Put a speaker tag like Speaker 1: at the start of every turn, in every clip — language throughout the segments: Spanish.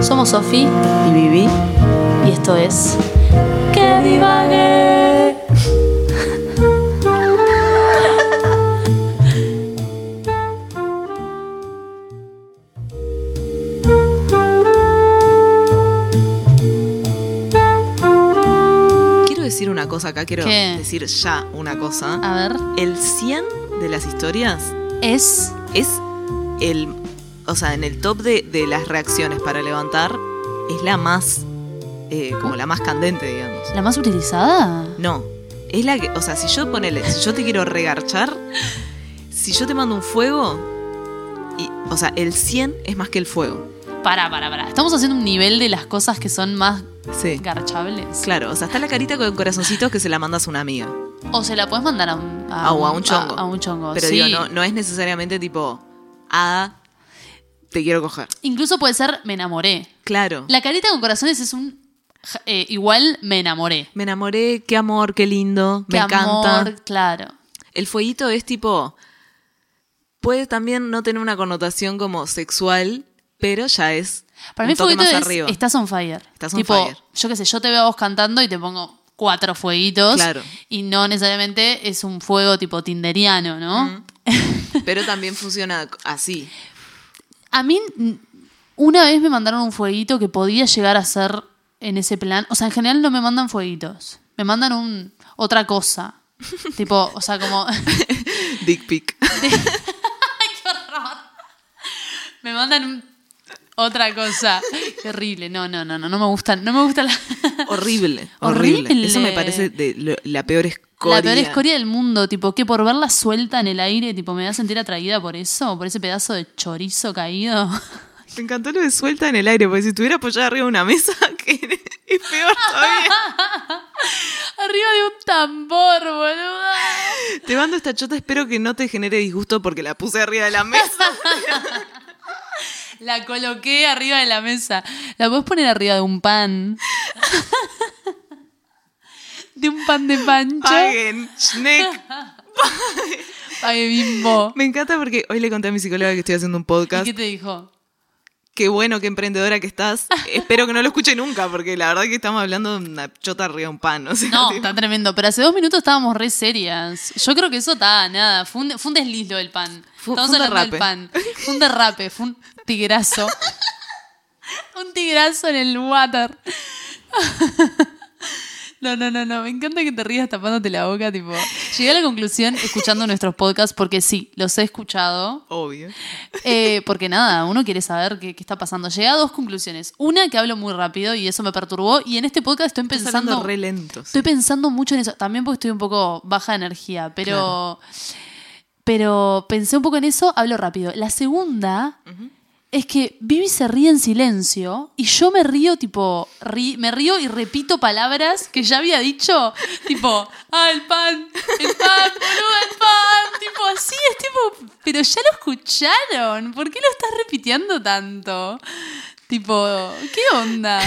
Speaker 1: somos Sofi
Speaker 2: y viví.
Speaker 1: y esto es. ¡Que divague!
Speaker 2: Quiero decir una cosa acá, quiero
Speaker 1: ¿Qué? Ah.
Speaker 2: decir ya una cosa.
Speaker 1: A ver,
Speaker 2: El 100 de las historias
Speaker 1: es.
Speaker 2: es el. O sea, en el top de, de las reacciones para levantar, es la más. eh, como la más candente, digamos.
Speaker 1: ¿La más utilizada?
Speaker 2: No. Es la que. O sea, si yo ponele. Si yo te quiero regarchar, si yo te mando un fuego. Y, o sea, el 100 es más que el fuego.
Speaker 1: Pará, pará, pará. Estamos haciendo un nivel de las cosas que son más
Speaker 2: Sí.
Speaker 1: garchables.
Speaker 2: Claro, o sea, está la carita con corazoncitos que se la mandas a una amiga.
Speaker 1: O se la puedes mandar a un,
Speaker 2: Ah, o a un chongo.
Speaker 1: A, un chongo.
Speaker 2: Pero
Speaker 1: sí.
Speaker 2: digo, no, no es necesariamente tipo, ah, te quiero coger.
Speaker 1: Incluso puede ser me enamoré.
Speaker 2: Claro.
Speaker 1: La carita con corazones es un ja- eh, igual me enamoré.
Speaker 2: Me enamoré, qué amor, qué lindo,
Speaker 1: Qué
Speaker 2: me encanta.
Speaker 1: amor, claro.
Speaker 2: El fueguito es tipo, puede también no tener una connotación como sexual, pero ya es
Speaker 1: Para
Speaker 2: un
Speaker 1: mí
Speaker 2: toque
Speaker 1: fueguito
Speaker 2: más
Speaker 1: es
Speaker 2: arriba.
Speaker 1: estás on fire.
Speaker 2: Estás on
Speaker 1: tipo,
Speaker 2: fire.
Speaker 1: yo qué sé, yo te veo a vos cantando y te pongo cuatro fueguitos.
Speaker 2: Claro.
Speaker 1: Y no necesariamente es un fuego tipo tinderiano, ¿no?
Speaker 2: Pero también funciona así.
Speaker 1: A mí mm, una vez me mandaron un fueguito que podía llegar a ser en ese plan. O sea, en general no me mandan fueguitos. Me mandan un otra cosa. tipo, o sea, como...
Speaker 2: Dick pic.
Speaker 1: Me mandan un- otra cosa. Qué horrible. No, no, no, no, no me gustan. No me gusta la,
Speaker 2: horrible, horrible.
Speaker 1: Horrible.
Speaker 2: Eso me parece de lo- la peor escoria.
Speaker 1: la peor escoria del mundo. Tipo, que por verla suelta en el aire, tipo, me da a sentir atraída por eso, por ese pedazo de chorizo caído.
Speaker 2: Me encantó lo de suelta en el aire, porque si estuviera apoyada arriba de una mesa, que es peor todavía.
Speaker 1: Arriba de un tambor, boluda.
Speaker 2: Te mando esta chota, espero que no te genere disgusto porque la puse arriba de la mesa.
Speaker 1: La coloqué arriba de la mesa. La podés poner arriba de un pan. De un pan de pancho.
Speaker 2: Paguen, Schneck.
Speaker 1: Ay, bimbo.
Speaker 2: Me encanta porque hoy le conté a mi psicóloga que estoy haciendo un
Speaker 1: ¿Y
Speaker 2: podcast.
Speaker 1: qué te dijo?
Speaker 2: Qué bueno, qué emprendedora que estás. Espero que no lo escuche nunca, porque la verdad que estamos hablando de una chota arriba de un pan. O sea,
Speaker 1: No,
Speaker 2: tipo-
Speaker 1: está tremendo. Pero hace dos minutos estábamos re serias. Yo creo que eso está, nada. Fue un, fue un desliz lo del pan.
Speaker 2: Fue-
Speaker 1: Estamos
Speaker 2: fue un
Speaker 1: hablando del
Speaker 2: derrape.
Speaker 1: pan. Fue un derrape, fue un tigrazo. un tigrazo en el water. No, no, no, no. Me encanta que te rías tapándote la boca, tipo. Llegué a la conclusión escuchando nuestros podcasts, porque sí, los he escuchado.
Speaker 2: Obvio.
Speaker 1: Eh, porque nada, uno quiere saber qué, qué está pasando. Llegué a dos conclusiones. Una, que hablo muy rápido y eso me perturbó. Y en este podcast estoy
Speaker 2: Estás
Speaker 1: pensando.
Speaker 2: hablando re lento. sí.
Speaker 1: Estoy pensando mucho en eso. También porque estoy un poco baja de energía, pero. Pero pensé un poco en eso, hablo rápido. La segunda es que Vivi se ríe en silencio y yo me río, tipo, ri- me río y repito palabras que ya había dicho, tipo, ah, el pan, el pan, boludo, el pan, tipo, así es tipo, pero ya lo escucharon, ¿por qué lo estás repitiendo tanto? Tipo, ¿qué onda?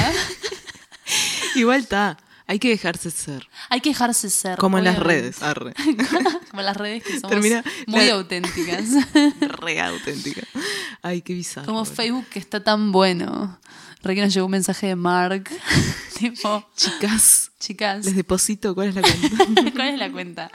Speaker 2: Igual está. Hay que dejarse ser.
Speaker 1: Hay que dejarse ser.
Speaker 2: Como en las
Speaker 1: obviamente.
Speaker 2: redes. Arre.
Speaker 1: Como las redes que somos
Speaker 2: Termina-
Speaker 1: muy
Speaker 2: la- Ah,
Speaker 1: auténticas.
Speaker 2: Re auténtica. Ay, qué bizarro.
Speaker 1: Como
Speaker 2: boludo.
Speaker 1: Facebook que está tan bueno. Re que nos llegó un mensaje de Mark. tipo,
Speaker 2: Chicas,
Speaker 1: chicas,
Speaker 2: les deposito. ¿Cuál es la cuenta?
Speaker 1: ¿cuál es la cuenta?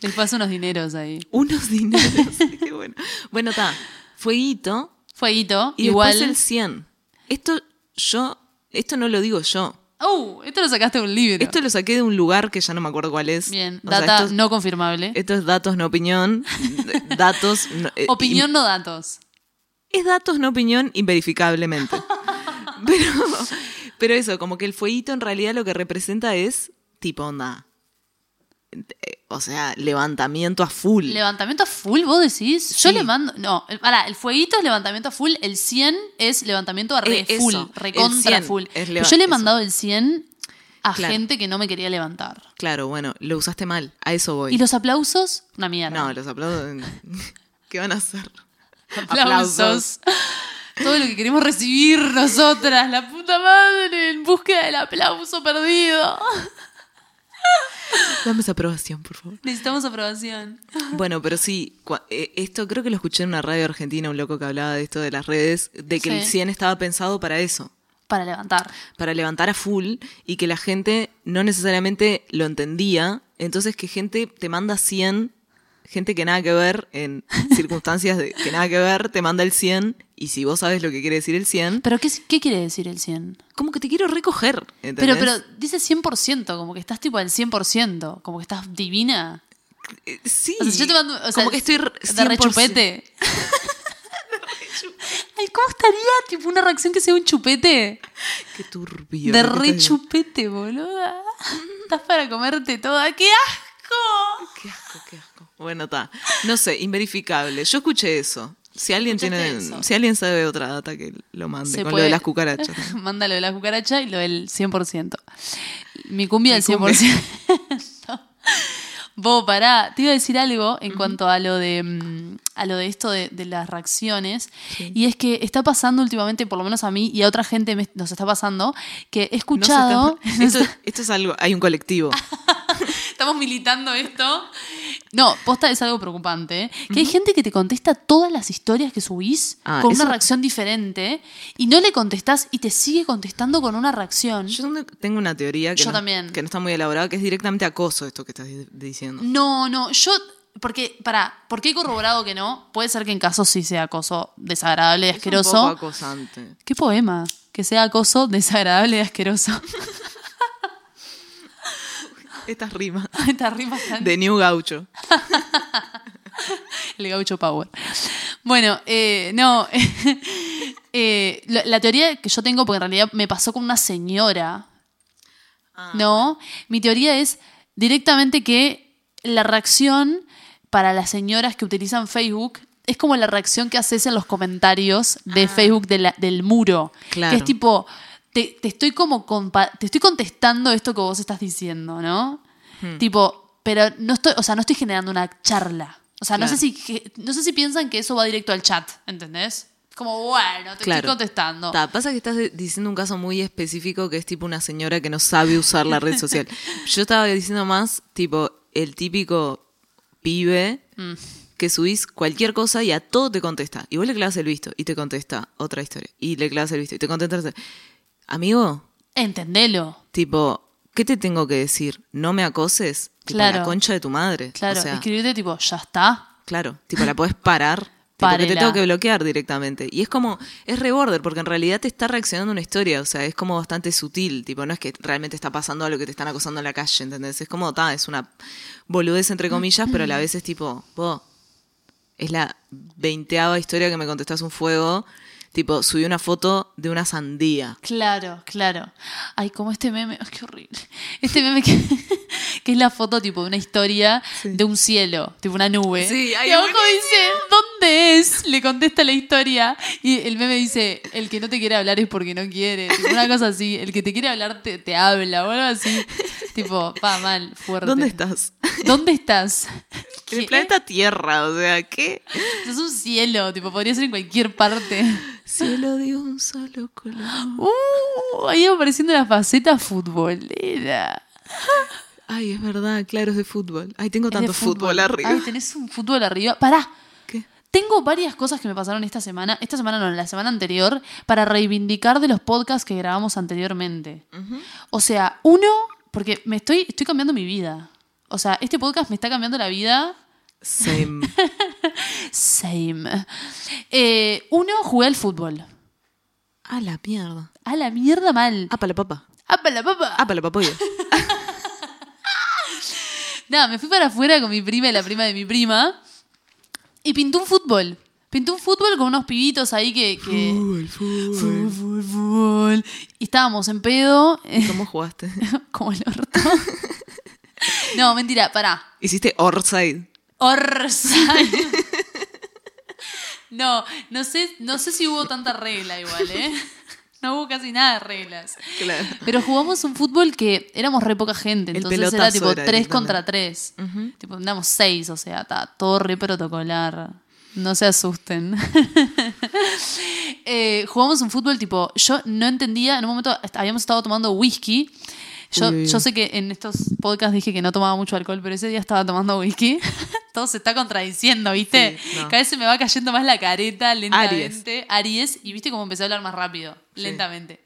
Speaker 1: Les paso unos dineros ahí.
Speaker 2: Unos dineros. Qué bueno. Bueno, está. Fueguito.
Speaker 1: Fueguito,
Speaker 2: Y
Speaker 1: igual.
Speaker 2: después el 100. Esto yo. Esto no lo digo yo.
Speaker 1: ¡Oh! Esto lo sacaste de un libro.
Speaker 2: Esto lo saqué de un lugar que ya no me acuerdo cuál es.
Speaker 1: Bien,
Speaker 2: O sea,
Speaker 1: data
Speaker 2: esto,
Speaker 1: no confirmable.
Speaker 2: esto es datos, no opinión. datos. no- eh,
Speaker 1: Opinión, no datos.
Speaker 2: y- Es datos, no opinión, inverificablemente. pero, pero eso, como que el fueguito en realidad lo que representa es tipo onda. eh, O sea, levantamiento a full.
Speaker 1: ¿Levantamiento a full, vos decís? Yo
Speaker 2: Sí.
Speaker 1: le mando. No, el- pará, el fueguito es levantamiento a full, el 100 es levantamiento a re
Speaker 2: Eh, eso,
Speaker 1: full,
Speaker 2: el
Speaker 1: recontra
Speaker 2: 100
Speaker 1: full.
Speaker 2: es
Speaker 1: Pero
Speaker 2: leva-
Speaker 1: yo le he
Speaker 2: eso.
Speaker 1: mandado el 100 a
Speaker 2: Claro.
Speaker 1: gente que no me quería levantar.
Speaker 2: Claro, bueno, lo usaste mal. A eso voy.
Speaker 1: ¿Y los aplausos? Una mierda.
Speaker 2: No, los aplausos. ¿Qué van a hacer?
Speaker 1: aplausos. Todo lo que queremos recibir nosotras, la puta madre, en búsqueda del aplauso perdido.
Speaker 2: Dame esa aprobación, por favor.
Speaker 1: Necesitamos aprobación.
Speaker 2: Bueno, pero sí, cua- eh, esto creo que lo escuché en una radio argentina, un loco que hablaba de esto de las redes, de que el
Speaker 1: Sí.
Speaker 2: 100 estaba pensado para eso.
Speaker 1: para levantar.
Speaker 2: para levantar a full y que la gente no necesariamente lo entendía. Entonces que gente te manda 100, gente que nada que ver, en circunstancias de, que nada que ver, te manda el 100 y si vos sabes lo que quiere decir el 100,
Speaker 1: ¿Pero qué, qué quiere decir el 100?
Speaker 2: como que te quiero recoger.
Speaker 1: Pero,
Speaker 2: ¿entendés?
Speaker 1: pero dice 100%, como que estás tipo al 100%, como que estás divina.
Speaker 2: Eh, sí,
Speaker 1: O sea, si yo te mando, o sea,
Speaker 2: como que estoy re-
Speaker 1: de
Speaker 2: 100%.
Speaker 1: rechupete. Ay, ¿cómo estaría tipo una reacción que sea un chupete?
Speaker 2: Qué turbio.
Speaker 1: de
Speaker 2: lo que
Speaker 1: re
Speaker 2: estás diciendo.
Speaker 1: chupete, boluda. Estás para comerte toda. ¡Qué asco!
Speaker 2: Qué asco, qué asco. Bueno, está. No sé, inverificable. Yo escuché eso. Si alguien tiene,
Speaker 1: ¿Escuchaste eso?
Speaker 2: si alguien sabe otra data que lo mande con lo de las cucarachas. ¿no?
Speaker 1: Manda lo de las cucarachas y lo del 100%. Mi cumbia
Speaker 2: Mi
Speaker 1: del 100%. Vos, pará, te iba a decir algo en cuanto a lo de mm, a lo de esto de, de las reacciones. Y es que está pasando últimamente, por lo menos a mí y a otra gente me- nos está pasando, que he
Speaker 2: No se está-
Speaker 1: escuchado. Ah.
Speaker 2: esto, esto es algo, hay un colectivo.
Speaker 1: Estamos militando esto. No, posta es algo preocupante. ¿eh? Que hay gente que te contesta todas las historias que subís
Speaker 2: Ah,
Speaker 1: con
Speaker 2: eso-
Speaker 1: una reacción diferente y no le contestás y te sigue contestando con una reacción.
Speaker 2: Yo no- tengo una teoría que,
Speaker 1: Yo
Speaker 2: no,
Speaker 1: también. Mm,
Speaker 2: que no está muy elaborada, que es directamente acoso esto que estás di- diciendo.
Speaker 1: No, no, yo. Porque, pará, porque he corroborado que no. Puede ser que en casos sí sea acoso desagradable y
Speaker 2: Es un poco
Speaker 1: asqueroso.
Speaker 2: acosante.
Speaker 1: ¿Qué poema? Que sea acoso desagradable y asqueroso.
Speaker 2: Estas rimas
Speaker 1: Esta rima tan-
Speaker 2: de New Gaucho.
Speaker 1: El gaucho power. Bueno, eh, no. eh, la, la teoría que yo tengo, porque en realidad me pasó con una señora, ¿no? Mi teoría es directamente que la reacción para las señoras que utilizan Facebook es como la reacción que haces en los comentarios de Facebook de la- del muro.
Speaker 2: Claro.
Speaker 1: Que es tipo, te, te estoy como compa- te estoy contestando esto que vos estás diciendo, ¿no?
Speaker 2: Hmm.
Speaker 1: Tipo, pero no estoy, o sea, no estoy generando una charla. O sea, no
Speaker 2: Claro.
Speaker 1: sé si que- no sé si piensan que eso va directo al chat, ¿entendés? Como, bueno, te
Speaker 2: Claro.
Speaker 1: estoy contestando.
Speaker 2: Ta, pasa que estás de- diciendo un caso muy específico que es tipo una señora que no sabe usar la red social. Yo estaba diciendo más tipo el típico pibe
Speaker 1: Mm.
Speaker 2: que subís cualquier cosa y a todo te contesta. Y vos le clavas el visto y te contesta otra historia. Y le clavas el visto y te contesta otra. Amigo,
Speaker 1: Entendelo.
Speaker 2: Tipo, ¿qué te tengo que decir? ¿No me acoses? Tipo,
Speaker 1: Claro.
Speaker 2: la concha de tu madre.
Speaker 1: Claro,
Speaker 2: O sea,
Speaker 1: escribirte tipo, ya está.
Speaker 2: claro. Tipo, la podés parar. Porque te
Speaker 1: Párela.
Speaker 2: tengo que bloquear directamente. Y es como, es reborder, porque en realidad te está reaccionando una historia, o sea, es como bastante sutil, tipo, no es que realmente está pasando algo que te están acosando en la calle, ¿entendés? Es como, ta, es una boludez entre comillas, pero a la vez es tipo, vos, es la veinteava historia que me contestás un fuego, tipo, subí una foto de una sandía.
Speaker 1: Claro, claro. Ay, como este meme, ay, qué horrible. Este meme que, que es la foto tipo de una historia de un cielo, tipo una nube.
Speaker 2: Sí, ay,
Speaker 1: y abajo
Speaker 2: buenísimo.
Speaker 1: dice, ¿dónde es? Le contesta la historia. Y el meme dice, el que no te quiere hablar es porque no quiere. Tipo, una cosa así, el que te quiere hablar te, te habla o algo así. tipo, va mal, fuerte.
Speaker 2: ¿Dónde estás?
Speaker 1: ¿Dónde estás?
Speaker 2: En el
Speaker 1: ¿Qué?
Speaker 2: planeta Tierra, o sea, ¿qué?
Speaker 1: Es un cielo, tipo, podría ser en cualquier parte.
Speaker 2: Cielo de un solo color.
Speaker 1: Uh, ahí apareciendo la faceta futbolera.
Speaker 2: Ay, es verdad, claro, es de fútbol. Ay, tengo
Speaker 1: Es de Ah,
Speaker 2: tanto fútbol. arriba.
Speaker 1: Ay, tenés un fútbol arriba. Pará.
Speaker 2: ¿Qué?
Speaker 1: Tengo varias cosas que me pasaron esta semana, esta semana no, la semana anterior, para reivindicar de los podcasts que grabamos anteriormente. O sea, uno, porque me estoy, estoy cambiando mi vida. O sea, este podcast me está cambiando la vida.
Speaker 2: Same.
Speaker 1: Same. Eh, uno, jugué al fútbol.
Speaker 2: A la mierda.
Speaker 1: A la mierda mal.
Speaker 2: Apa la papa.
Speaker 1: ¡Apa la papa!
Speaker 2: Apa la papoya.
Speaker 1: Nada, me fui para afuera con mi prima y la prima de mi prima. Y pintó un fútbol. Pintó un fútbol con unos pibitos ahí que. que-
Speaker 2: Fútbol, fútbol.
Speaker 1: Fútbol, fútbol, fútbol. Y estábamos en pedo, eh,
Speaker 2: ¿Cómo jugaste?
Speaker 1: como el orto. No, mentira, pará.
Speaker 2: Hiciste Orside.
Speaker 1: Orsay. No, no sé, no sé si hubo tanta regla igual, ¿eh? No hubo casi nada de reglas.
Speaker 2: Claro.
Speaker 1: Pero jugamos un fútbol que éramos re poca gente,
Speaker 2: El
Speaker 1: entonces era
Speaker 2: pelotazo
Speaker 1: tipo
Speaker 2: era
Speaker 1: 3
Speaker 2: directamente.
Speaker 1: contra 3. Tipo, andamos 6, o sea, está todo re protocolar. No se asusten. Eh, jugamos un fútbol tipo, yo no entendía, en un momento est- habíamos estado tomando whisky. Yo,
Speaker 2: Uy, uy, uy.
Speaker 1: yo sé que en estos podcasts dije que no tomaba mucho alcohol, pero ese día estaba tomando whisky. todo se está contradiciendo, ¿viste?
Speaker 2: Sí, no.
Speaker 1: Cada vez se me va cayendo más la careta lentamente. Aries. y viste cómo empecé a hablar más rápido, lentamente.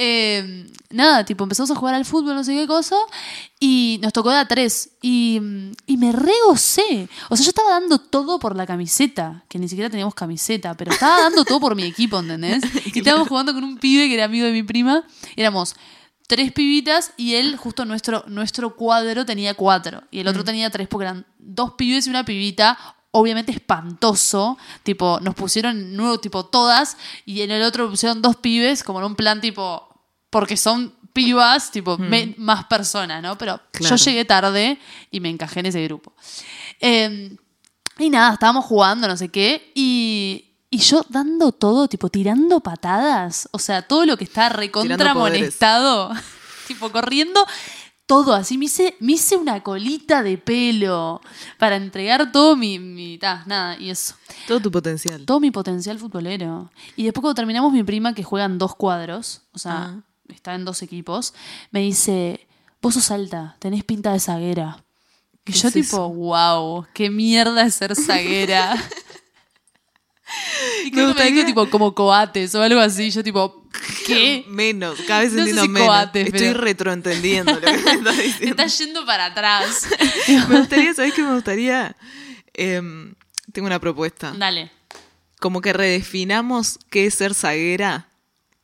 Speaker 1: Eh, nada, tipo, empezamos a jugar al fútbol, no sé qué cosa, y nos tocó de a tres. Y, y me regocé. O sea, yo estaba dando todo por la camiseta, que ni siquiera teníamos camiseta, pero estaba dando todo por mi equipo, ¿entendés? Y estábamos jugando con un pibe que era amigo de mi prima. y éramos tres pibitas y él, justo nuestro, nuestro cuadro, tenía cuatro. Y el otro tenía tres porque eran dos pibes y una pibita. Obviamente espantoso, tipo, nos pusieron nuevo, tipo, todas, y en el otro pusieron dos pibes, como en un plan, tipo, porque son pibas, tipo, me- más personas, ¿no? Pero
Speaker 2: Claro.
Speaker 1: yo llegué tarde y me encajé en ese grupo. Eh, y nada, estábamos jugando, no sé qué, y, y yo dando todo, tipo, tirando patadas, o sea, todo lo que está recontra
Speaker 2: Tirando poderes.
Speaker 1: molestado, tipo, corriendo todo así. Me hice, me hice una colita de pelo para entregar todo mi. mi ta, nada, y eso.
Speaker 2: Todo tu potencial.
Speaker 1: Todo mi potencial futbolero. Y después, cuando terminamos, mi prima, que juega en dos cuadros, o sea,
Speaker 2: Ah.
Speaker 1: está en dos equipos, me dice: Vos sos alta, tenés pinta de zaguera. Y
Speaker 2: ¿Qué
Speaker 1: yo,
Speaker 2: es
Speaker 1: tipo,
Speaker 2: eso?
Speaker 1: wow, qué mierda es ser zaguera. y creo que
Speaker 2: Me
Speaker 1: me dijo,
Speaker 2: gustaría-
Speaker 1: tipo, como coates o algo así. Yo, tipo, ¿qué?
Speaker 2: Menos, cada vez
Speaker 1: No sé
Speaker 2: entiendo
Speaker 1: si
Speaker 2: menos.
Speaker 1: coates,
Speaker 2: Estoy
Speaker 1: pero-
Speaker 2: retroentendiendo lo que me estás
Speaker 1: Te
Speaker 2: diciendo.
Speaker 1: estás yendo para atrás.
Speaker 2: Me gustaría, ¿sabes qué me gustaría? Em, tengo una propuesta.
Speaker 1: Dale.
Speaker 2: Como que redefinamos qué es ser zaguera.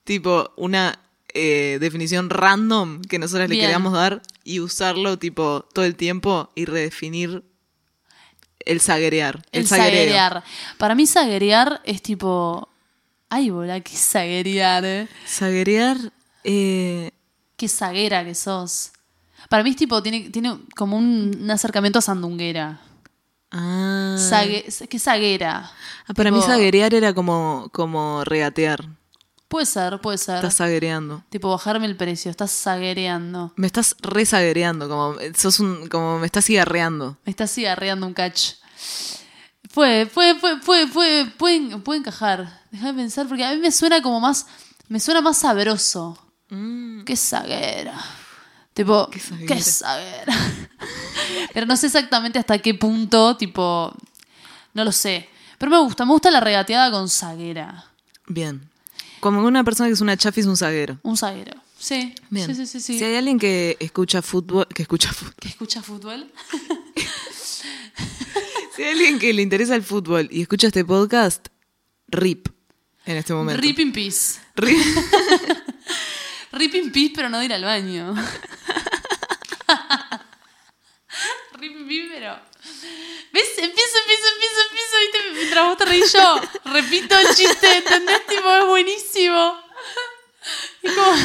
Speaker 2: Tipo, una eh, definición random que nosotros le
Speaker 1: Bien.
Speaker 2: queramos dar y usarlo, tipo, todo el tiempo y redefinir el zaguerear. El,
Speaker 1: El
Speaker 2: zaguereo.
Speaker 1: zaguerear. Para mí, zaguerear es tipo. Ay, bola, qué zaguerear, eh.
Speaker 2: Zaguerear. eh,
Speaker 1: Qué zaguera que sos. Para mí es tipo, tiene, tiene como un, un acercamiento a sandunguera.
Speaker 2: ah.
Speaker 1: Zague- qué zaguera.
Speaker 2: Ah, para mí
Speaker 1: tipo-
Speaker 2: zaguerear era como, como regatear.
Speaker 1: Puede ser, puede ser.
Speaker 2: Estás zaguereando.
Speaker 1: Tipo, bajarme el precio, estás zaguereando.
Speaker 2: Me estás rezaguereando, como eh, sos un, como me estás cigarreando.
Speaker 1: Me estás cigarreando un catch. Puede, puede, puede, puede, puede, puede, puede encajar. Déjame pensar, porque a mí me suena como más. Me suena más sabroso. Qué zaguera. Tipo, qué zaguera.
Speaker 2: zaguera.
Speaker 1: Pero no sé exactamente hasta qué punto, tipo. No lo sé. Pero me gusta, me gusta la regateada con zaguera.
Speaker 2: Bien. Como una persona que es una chafi es un zaguero.
Speaker 1: Un zaguero. Sí.
Speaker 2: Bien.
Speaker 1: Sí, sí, sí, sí.
Speaker 2: Si hay alguien que escucha fútbol, que escucha fútbol.
Speaker 1: ¿Que escucha fútbol?
Speaker 2: Si hay alguien que le interesa el fútbol y escucha este podcast, rip en este momento.
Speaker 1: Rip in peace.
Speaker 2: Rip.
Speaker 1: Rip in peace, pero no de ir al baño. Rip in peace, pero. ¿Ves? Empiezo, empiezo, empiezo, empiezo, ¿viste? Mientras vos te reís yo. Repito el chiste, ¿entendés? Tipo, es buenísimo. Es como-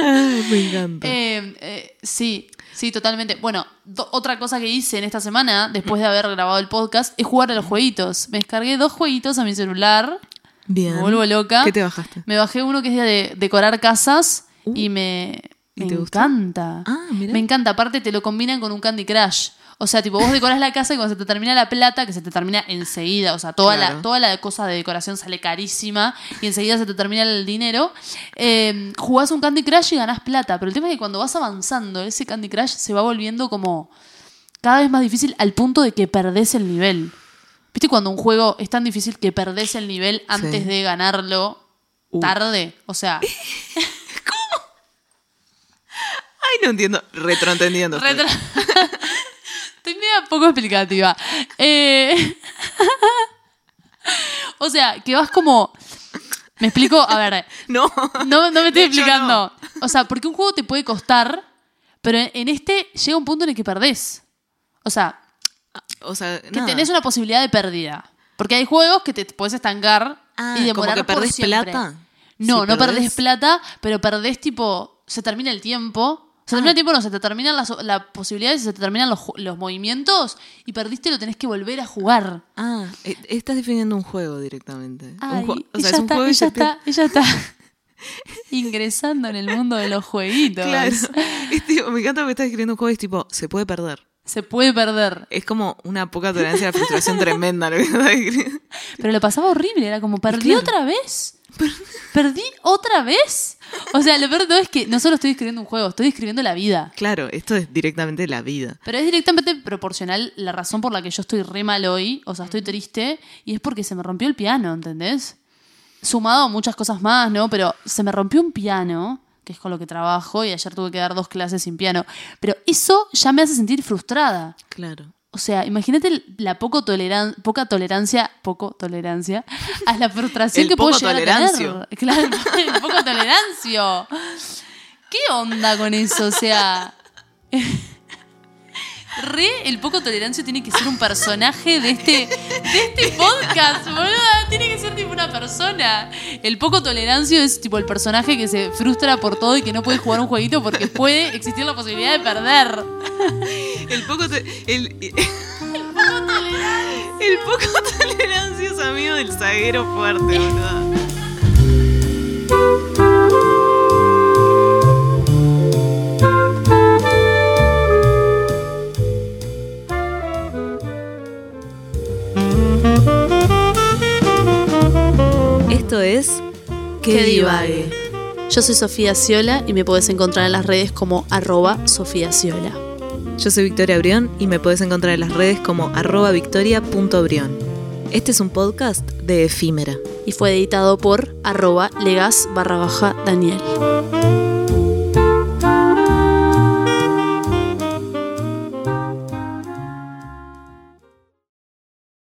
Speaker 2: Ay, me encanta.
Speaker 1: Eh, eh, sí, sí, totalmente. Bueno, do- otra cosa que hice en esta semana, después de haber grabado el podcast, es jugar a los jueguitos. Me descargué dos jueguitos a mi celular.
Speaker 2: Bien.
Speaker 1: Me vuelvo loca.
Speaker 2: ¿Qué te bajaste? Uh.
Speaker 1: Me bajé uno que es de decorar casas y me,
Speaker 2: ¿Y
Speaker 1: me
Speaker 2: te gustó?
Speaker 1: encanta.
Speaker 2: Ah, mirá.
Speaker 1: me encanta. Aparte, te lo combinan con un Candy Crush. O sea, tipo, vos decorás la casa y cuando se te termina la plata, que se te termina enseguida. O sea, toda, la,
Speaker 2: Claro.
Speaker 1: toda la cosa de decoración sale carísima y enseguida se te termina el dinero. Eh, jugás un Candy Crush y ganás plata. Pero el tema es que cuando vas avanzando, ese Candy Crush se va volviendo como cada vez más difícil al punto de que perdés el nivel. ¿Viste cuando un juego es tan difícil que perdés el nivel antes
Speaker 2: Sí.
Speaker 1: de ganarlo
Speaker 2: Uh.
Speaker 1: tarde? O sea,
Speaker 2: Ay, no entiendo. Retroentendiendo. estoy.
Speaker 1: retra- estoy medio poco explicativa. Eh, o sea, que vas como... Me explico, a ver,
Speaker 2: No.
Speaker 1: no, no me estoy
Speaker 2: De hecho,
Speaker 1: explicando. O sea, porque un juego te puede costar, pero en- en este llega un punto en el que perdés. O sea,
Speaker 2: O sea,
Speaker 1: que
Speaker 2: nada.
Speaker 1: tenés una posibilidad de pérdida. Porque hay juegos que te puedes estancar
Speaker 2: Ah,
Speaker 1: y
Speaker 2: como
Speaker 1: demorar
Speaker 2: que
Speaker 1: por
Speaker 2: perdés
Speaker 1: siempre.
Speaker 2: plata.
Speaker 1: No,
Speaker 2: Si
Speaker 1: no perdés.
Speaker 2: perdés.
Speaker 1: plata, pero perdés tipo, se termina el tiempo. Se
Speaker 2: Ah.
Speaker 1: termina el tiempo, no, se te terminan las la posibilidades, se te terminan los, ju- los movimientos y perdiste, lo tenés que volver a jugar.
Speaker 2: Ah, e- estás definiendo un juego directamente. Un
Speaker 1: Ay,
Speaker 2: jue- o
Speaker 1: ella
Speaker 2: sea, es un
Speaker 1: está,
Speaker 2: juego y
Speaker 1: ella
Speaker 2: se te-
Speaker 1: está, ella está ingresando en el mundo de los jueguitos.
Speaker 2: Claro. Es tipo, me encanta que estás escribiendo un juego y es tipo, se puede perder.
Speaker 1: Se puede perder.
Speaker 2: Es como una poca tolerancia a la frustración tremenda lo que estás escribiendo.
Speaker 1: Pero lo pasaba horrible, era como, perdí
Speaker 2: claro.
Speaker 1: otra vez. ¿Perdí otra vez? O sea, lo peor de todo es que no solo estoy describiendo un juego, estoy describiendo la vida.
Speaker 2: Claro, esto es directamente la vida.
Speaker 1: Pero es directamente proporcional la razón por la que yo estoy re mal hoy, o sea, estoy triste, y es porque se me rompió el piano, ¿entendés? Sumado a muchas cosas más, ¿no? Pero se me rompió un piano, que es con lo que trabajo, y ayer tuve que dar dos clases sin piano. Pero eso ya me hace sentir frustrada.
Speaker 2: Claro.
Speaker 1: O sea, imagínate el- la poco toleran poca tolerancia, poco tolerancia a la frustración
Speaker 2: El
Speaker 1: que puedo
Speaker 2: poco
Speaker 1: llegar a
Speaker 2: tolerancio.
Speaker 1: tener. Claro, el poco tolerancio. ¿Qué onda con eso? O sea, re el poco tolerancio tiene que ser un personaje de este de este podcast, boluda, tiene que ser tipo una persona. El poco tolerancio es tipo el personaje que se frustra por todo y que no puede jugar un jueguito porque puede existir la posibilidad de perder.
Speaker 2: El poco, to- el, el poco tolerancia es amigo del zaguero fuerte, boludo. Esto es
Speaker 1: Que divague. Yo soy Sofía Ciola y me puedes encontrar en las redes como arroba Sofía Ciola.
Speaker 2: Yo soy Victoria Brión y me puedes encontrar en las redes como arroba victoria.brión. Este es un podcast de efímera.
Speaker 1: Y fue editado por arroba legas barra baja Daniel.